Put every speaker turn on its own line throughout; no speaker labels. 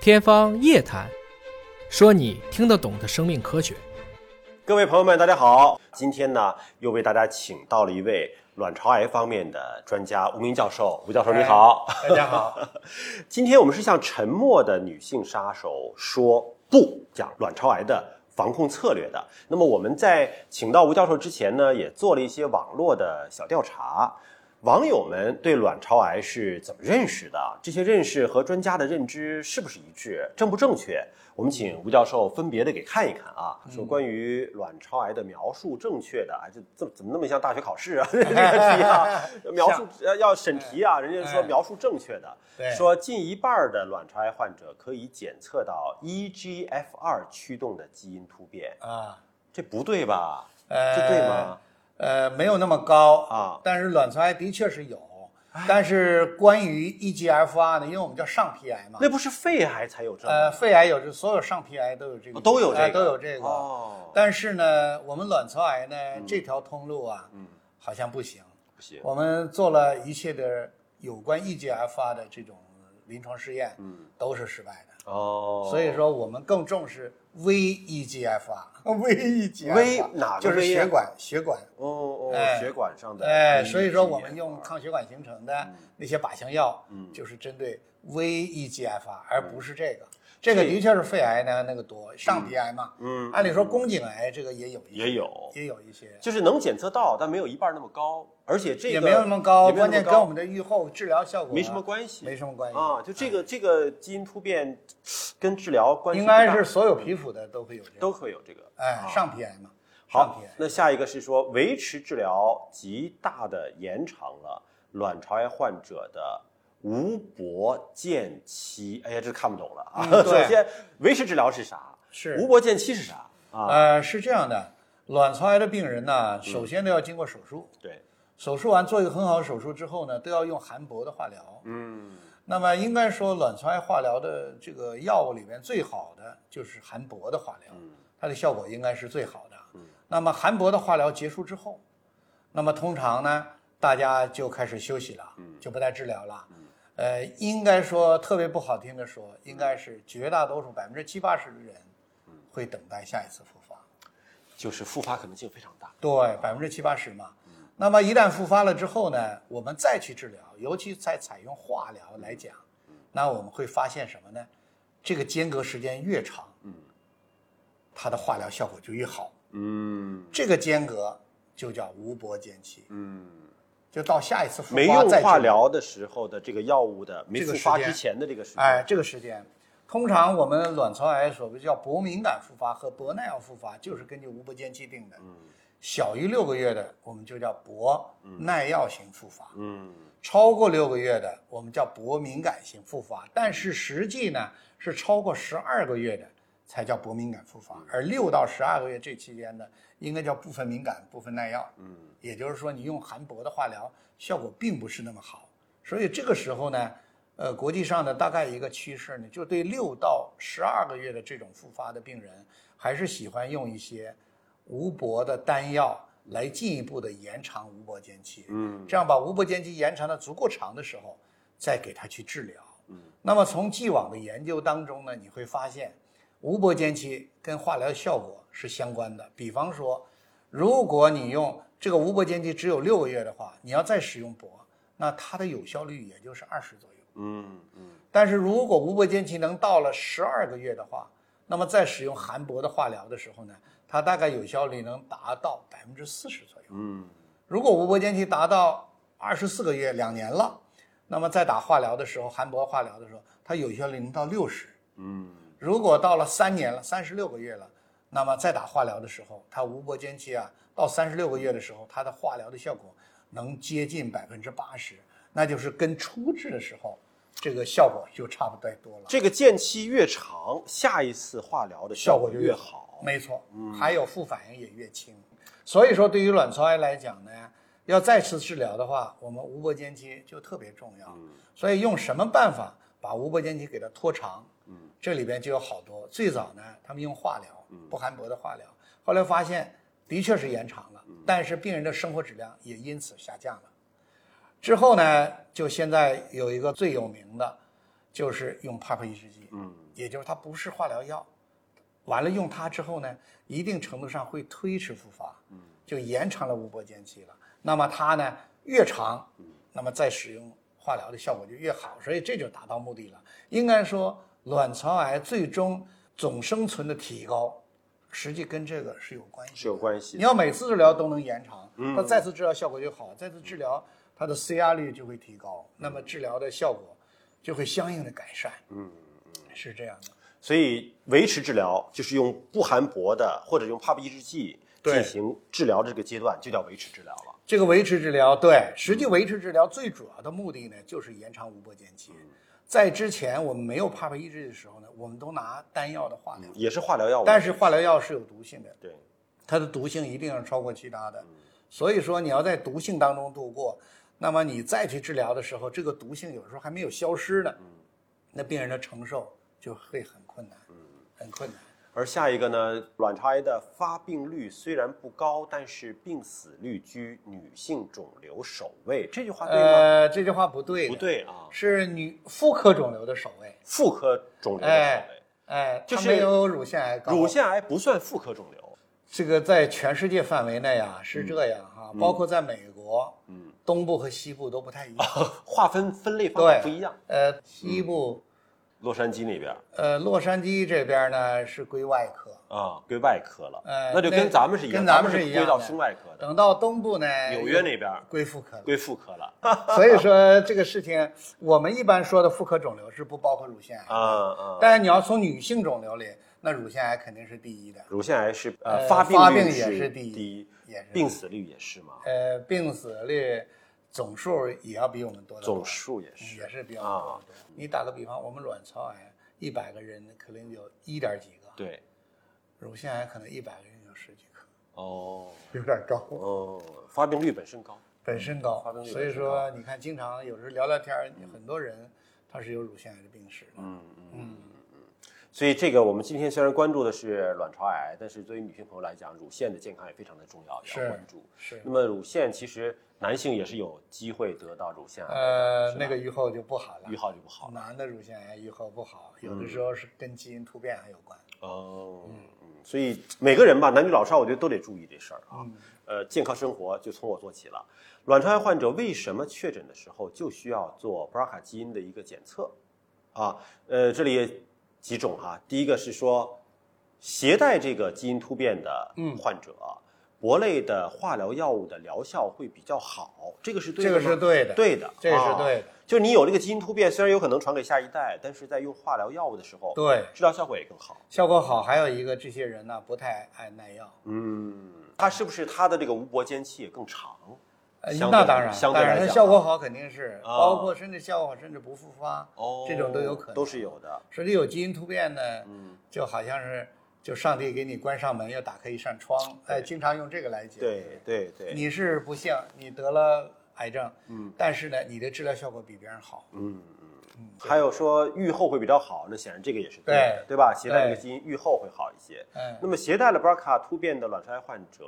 天方夜谭，说你听得懂的生命科学。
各位朋友们，大家好！今天呢，又为大家请到了一位卵巢癌方面的专家吴明教授。吴教授，你好！
哎大家好，
今天我们是向沉默的女性杀手说不，讲卵巢癌的防控策略的。那么我们在请到吴教授之前呢，也做了一些网络的小调查，网友们对卵巢癌是怎么认识的？这些认识和专家的认知是不是一致？正不正确？我们请吴教授分别的给看一看啊，
嗯
说关于卵巢癌的描述正确的，啊，这怎么怎么那么像大学考 试啊？ 这个题啊，描述呃要审题啊，人家说
哎
描述正确的，
对
说近一半儿的卵巢癌患者可以检测到 E EGFR 驱动的基因突变，
啊，
这不对吧？
呃，
这对吗？
呃，没有那么高
啊哎
但是卵巢癌的确是有。但是关于 E EGFR 啊呢，因为我们叫上皮癌嘛，
那不是肺癌才有这个
呃，肺癌有这，所有上皮癌都有这个，
都有这个
哎都有这个。
哦嗯
但是呢，我们卵巢癌呢，这条通路啊，好像不行。
不行
我们做了一切的有关 E EGFR 啊的这种临床试验，嗯，都是失败的。
哦，
所以说，我们更重视
哦 E
E 啊 VEGFR，VEGFR
V 哪个
就是
V 啊
血管血管。
哦哦
哎
血管上的
哎，
嗯
所以说我们
EGFR
用抗血管形成的
嗯
那些靶向药，就是针对 E VEGFR，而不是这个。这个的确是肺癌呢，那个多上皮癌嘛。
嗯嗯
按理说宫颈癌这个也有一些
也有，
也有一些，
就是能检测到，但没有一半儿那么高，而且这个
也没有那么高，
也没有
关
那么
键跟我们的预后治疗效果啊
没什么关系，
没什么关系哎
啊。就这个这个基因突变跟治疗关系
啊应
不大
该是所有皮肤的都会有这个。
都会有这个
哎，上皮癌嘛。上
好
皮癌，
那下一个是说维持治疗极大的延长了卵巢癌患者的无勃见期。哎呀，这看不懂了啊！
嗯对
首先，维持治疗是啥？
是
无勃见期是啥啊？嗯
呃，是这样的，卵巢癌的病人呢，首先都要经过手术，
对，
手术完做一个很好的手术之后呢，都要用含铂的化疗。
嗯，
那么应该说，卵巢癌化疗的这个药物里面最好的就是含铂的化疗，它的效果应该是最好的。那么含铂的化疗结束之后，那么通常呢，大家就开始休息了，就不再治疗了。呃，应该说特别不好听的说，应该是绝大多数百分之七八十的人会等待下一次复发。
就是复发可能性非常大。
对，百分之七八十嘛。那么一旦复发了之后呢，我们再去治疗，尤其在采用化疗来讲，那我们会发现什么呢？这个间隔时间越长，嗯，它的化疗效果就越好。
嗯
这个间隔就叫无勃间期，
嗯。
就到下一次复
没
发
用
再治
化。疗的时候的这个药物的没
这个
复发
时
之
间
前的这个时间，
哎，这个时间，通常我们卵巢癌所谓叫勃敏感复发和勃耐药复发，就是根据无勃间期定的。
嗯
小于六个月的，我们就叫勃耐药型复发。
嗯，
超过六个月的，我们叫勃敏感型复发，但是实际呢是超过十二个月的才叫勃敏感复发，而六到十二个月这期间呢，应该叫部分敏感、部分耐药。嗯，也就是说，你用含铂的化疗效果并不是那么好，所以这个时候呢，呃，国际上的大概一个趋势呢，就对六到十二个月的这种复发的病人，还是喜欢用一些无铂的单药来进一步的延长无铂间期。嗯，这样把无铂间期延长的足够长的时候，再给他去治疗。嗯，那么从既往的研究当中呢，你会发现无铂间期跟化疗效果是相关的。比方说，如果你用这个无铂间期只有六个月的话，你要再使用铂，那它的有效率也就是二十左右。
嗯嗯，
但是如果无铂间期能到了十二个月的话，那么在使用含铂的化疗的时候呢，它大概有效率能达到百分之四十左右。
嗯，
如果无铂间期达到二十四个月，两年了，那么在打化疗的时候，含铂化疗的时候，它有效率能到六十。
嗯，
如果到了三年了，三十六个月了，那么再打化疗的时候，它无铂间期啊，到三十六个月的时候，它的化疗的效果能接近百分之八十，那就是跟初治的时候，这个效果就差不太多了。
这个间期越长，下一次化疗的
效
果
果就
越
好。没错，还有副反应也越轻。所以说，对于卵巢癌来讲呢，要再次治疗的话，我们无铂间期就特别重要。所以用什么办法把无铂间期给它拖长？嗯，这里边就有好多。最早呢，他们用化疗，不含铂的化疗，后来发现的确是延长了，但是病人的生活质量也因此下降了。之后呢，就现在有一个最有名的，就是用帕克抑制剂，
嗯，
也就是它不是化疗药。完了用它之后呢，一定程度上会推迟复发，嗯，就延长了无波间期了。那么它呢越长，那么再使用化疗的效果就越好，所以这就达到目的了。应该说，卵巢癌最终总生存的提高，实际跟这个是有关系的。
是有关系
你
的。
要每次治疗都能延长，它再次治疗效果就好，再次治疗它的 CR 率就会提高，那么治疗的效果就会相应的改善。嗯，是这样的。
所以维持治疗就是用不含铂的或者用 PAP 抑制剂
对
进行治疗的这个阶段就叫维持治疗了。
这个维持治疗，对，实际维持治疗最主要的目的呢，就是延长无波间期。在之前我们没有 PAP 抑制的时候呢，我们都拿单药的化疗，
也是化疗药物，
但是化疗药是有毒性的，
对，
它的毒性一定要超过其他的。所以说，你要在毒性当中度过，那么你再去治疗的时候，这个毒性有时候还没有消失呢，
嗯
那病人的承受就会很困难，
嗯
很困难。
而下一个呢，卵巢癌的发病率虽然不高，但是病死率居女性肿瘤首位，这句话对吗？
呃，这句话不对，
不，对啊，
是女妇科肿瘤的首位，
妇科肿瘤的
哎
首位，
哎，它
就是
没有乳腺癌高，
乳腺癌不算妇科肿瘤。
这个在全世界范围内啊
嗯
是这样哈、包括在美国，嗯，东部和西部都不太一样，
划分分类方
对
法啊不一样。嗯
呃，西部，
洛杉矶那边儿
呃，洛杉矶这边呢是归外科，
啊，归外科了，
呃
那就
那
跟咱们是一样，
跟咱
们
们
是
是一样
归
的
到胸外科的。
等到东部呢，
纽约那边儿
归妇科了。
归妇科了
所以说这个事情，我们一般说的妇科肿瘤是不包括乳腺癌，
啊啊！
但是你要从女性肿瘤里，那乳腺癌肯定是第一的。
乳腺癌是呃
呃
发
发
率
病也
是
是第一也是
病死率也是嘛，
呃，病死率总数也要比我们多得多，
总数也
嗯
是
也是比较
啊
多的。你打个比方，我们卵巢癌一百个人可能有一点几个，
对
乳腺癌可能一百个人有十几个，
哦
有点高，啊
哦，发病率本身高，
本身高
发病。率
所以
本身
说，你看，经常有时候聊聊天儿，很多人他是有乳腺癌的病史的。
嗯所以这个我们今天虽然关注的是卵巢癌，但是对于女性朋友来讲，乳腺的健康也非常的重要，也要
是
关注。
是
那么乳腺其实男性也是有机会得到乳腺癌的，
呃，
是吧
那个预后就不好了
预。后就不好了。嗯
男的乳腺癌预后不好，有的时候是跟基因突变还有关。
哦，嗯，所以每个人吧，男女老少，我觉得都得注意这事儿啊。
嗯
呃，健康生活就从我做起了。卵巢癌患者为什么确诊的时候就需要做 BRCA 基因的一个检测？啊，呃，这里几种哈、第一个是说携带这个基因突变的
嗯
患者，铂类的化疗药物的疗效会比较好，这个是对的
这
吗
个是对的，
对的，
这个
啊
是对的，
就你有这个基因突变，虽然有可能传给下一代，但是在用化疗药物的时候，
对，
治疗效果也更好。
效果好。还有一个，这些人呢不太爱耐药。
嗯，它是不是它的这个无铂间期也更长？
呃
相对
那当然，
相对
当
来
然，它
讲
效果好肯定是，
啊哦
包括甚至效果好，甚至不复发，这种都有可能，
都是。有的。
实际有基因突变呢，
嗯
就好像是就上帝给你关上门，又打开一扇窗，哎，经常用这个来解。，
对对对，
你是不幸你得了癌症，
嗯，
但是呢，你的治疗效果比别人好，
嗯嗯，还有说愈后会比较好，那显然这个也是对的，
对
对吧？携带这个
对
基因愈后会好一些。
嗯，
那么携带了 BRCA 突变的卵巢癌患者，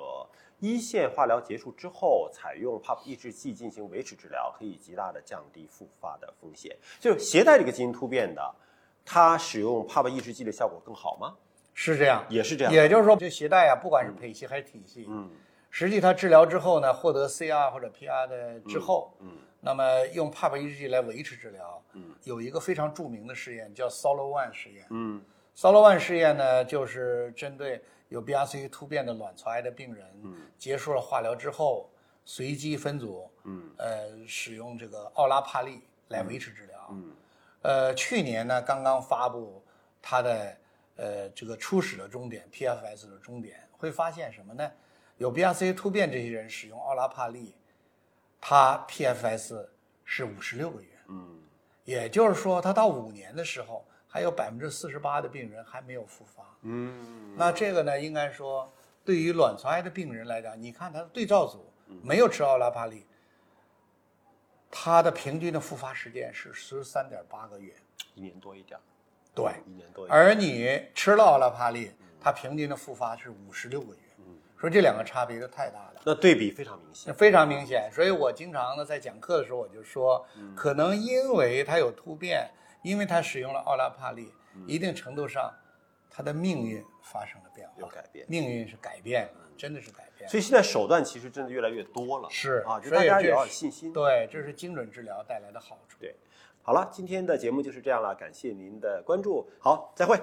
一线化疗结束之后，采用 PAP 抑制剂进行维持治疗，可以极大的降低复发的风险。就是携带这个基因突变的，它使用 PAP 抑制剂的效果更好吗？
是这样。
也是这样。
也就是说，这携带啊，不管是胚系还是体系，
嗯，
实际它治疗之后呢，获得 CR 或者 PR 的之后，
嗯，
那么用 PAP 抑制剂来维持治疗，
嗯，
有一个非常著名的试验叫 Solo One 试验。
嗯
Solo One 试验呢，就是针对有 BRCA 突变的卵巢癌的病人，结束了化疗之后，随机分组，
嗯，
呃，使用这个奥拉帕利来维持治疗。
嗯
呃，去年呢刚刚发布它的呃这个初始的终点 PFS 的终点，会发现什么呢？有 BRCA 突变这些人使用奥拉帕利，它 PFS 是五十六个月，
嗯
也就是说，它到五年的时候，还有百分之四十八的病人还没有复发。
嗯
那这个呢，应该说对于卵巢癌的病人来讲，你看他的对照组
嗯
没有吃奥拉帕利，他的平均的复发时间是十三点八个月。
一年多一点儿，
对，
一年多一点儿。
而你吃了奥拉帕利，它平均的复发是五十六个月，所以这两个差别就太大了。
那对比非常明显。
非常明显，所以我经常呢在讲课的时候我就说，可能因为它有突变，因为他使用了奥拉帕利，一定程度上，他的命运发生了变
有
化，
改变。
命运是改变了，真的是改变了。
所以现在手段其实真的越来越多了，
是
啊，就
所
大
以
家
这
也要有
是
信心。
对，这是精准治疗带来的好处。
对好了，今天的节目就是这样了，感谢您的关注，好，再会。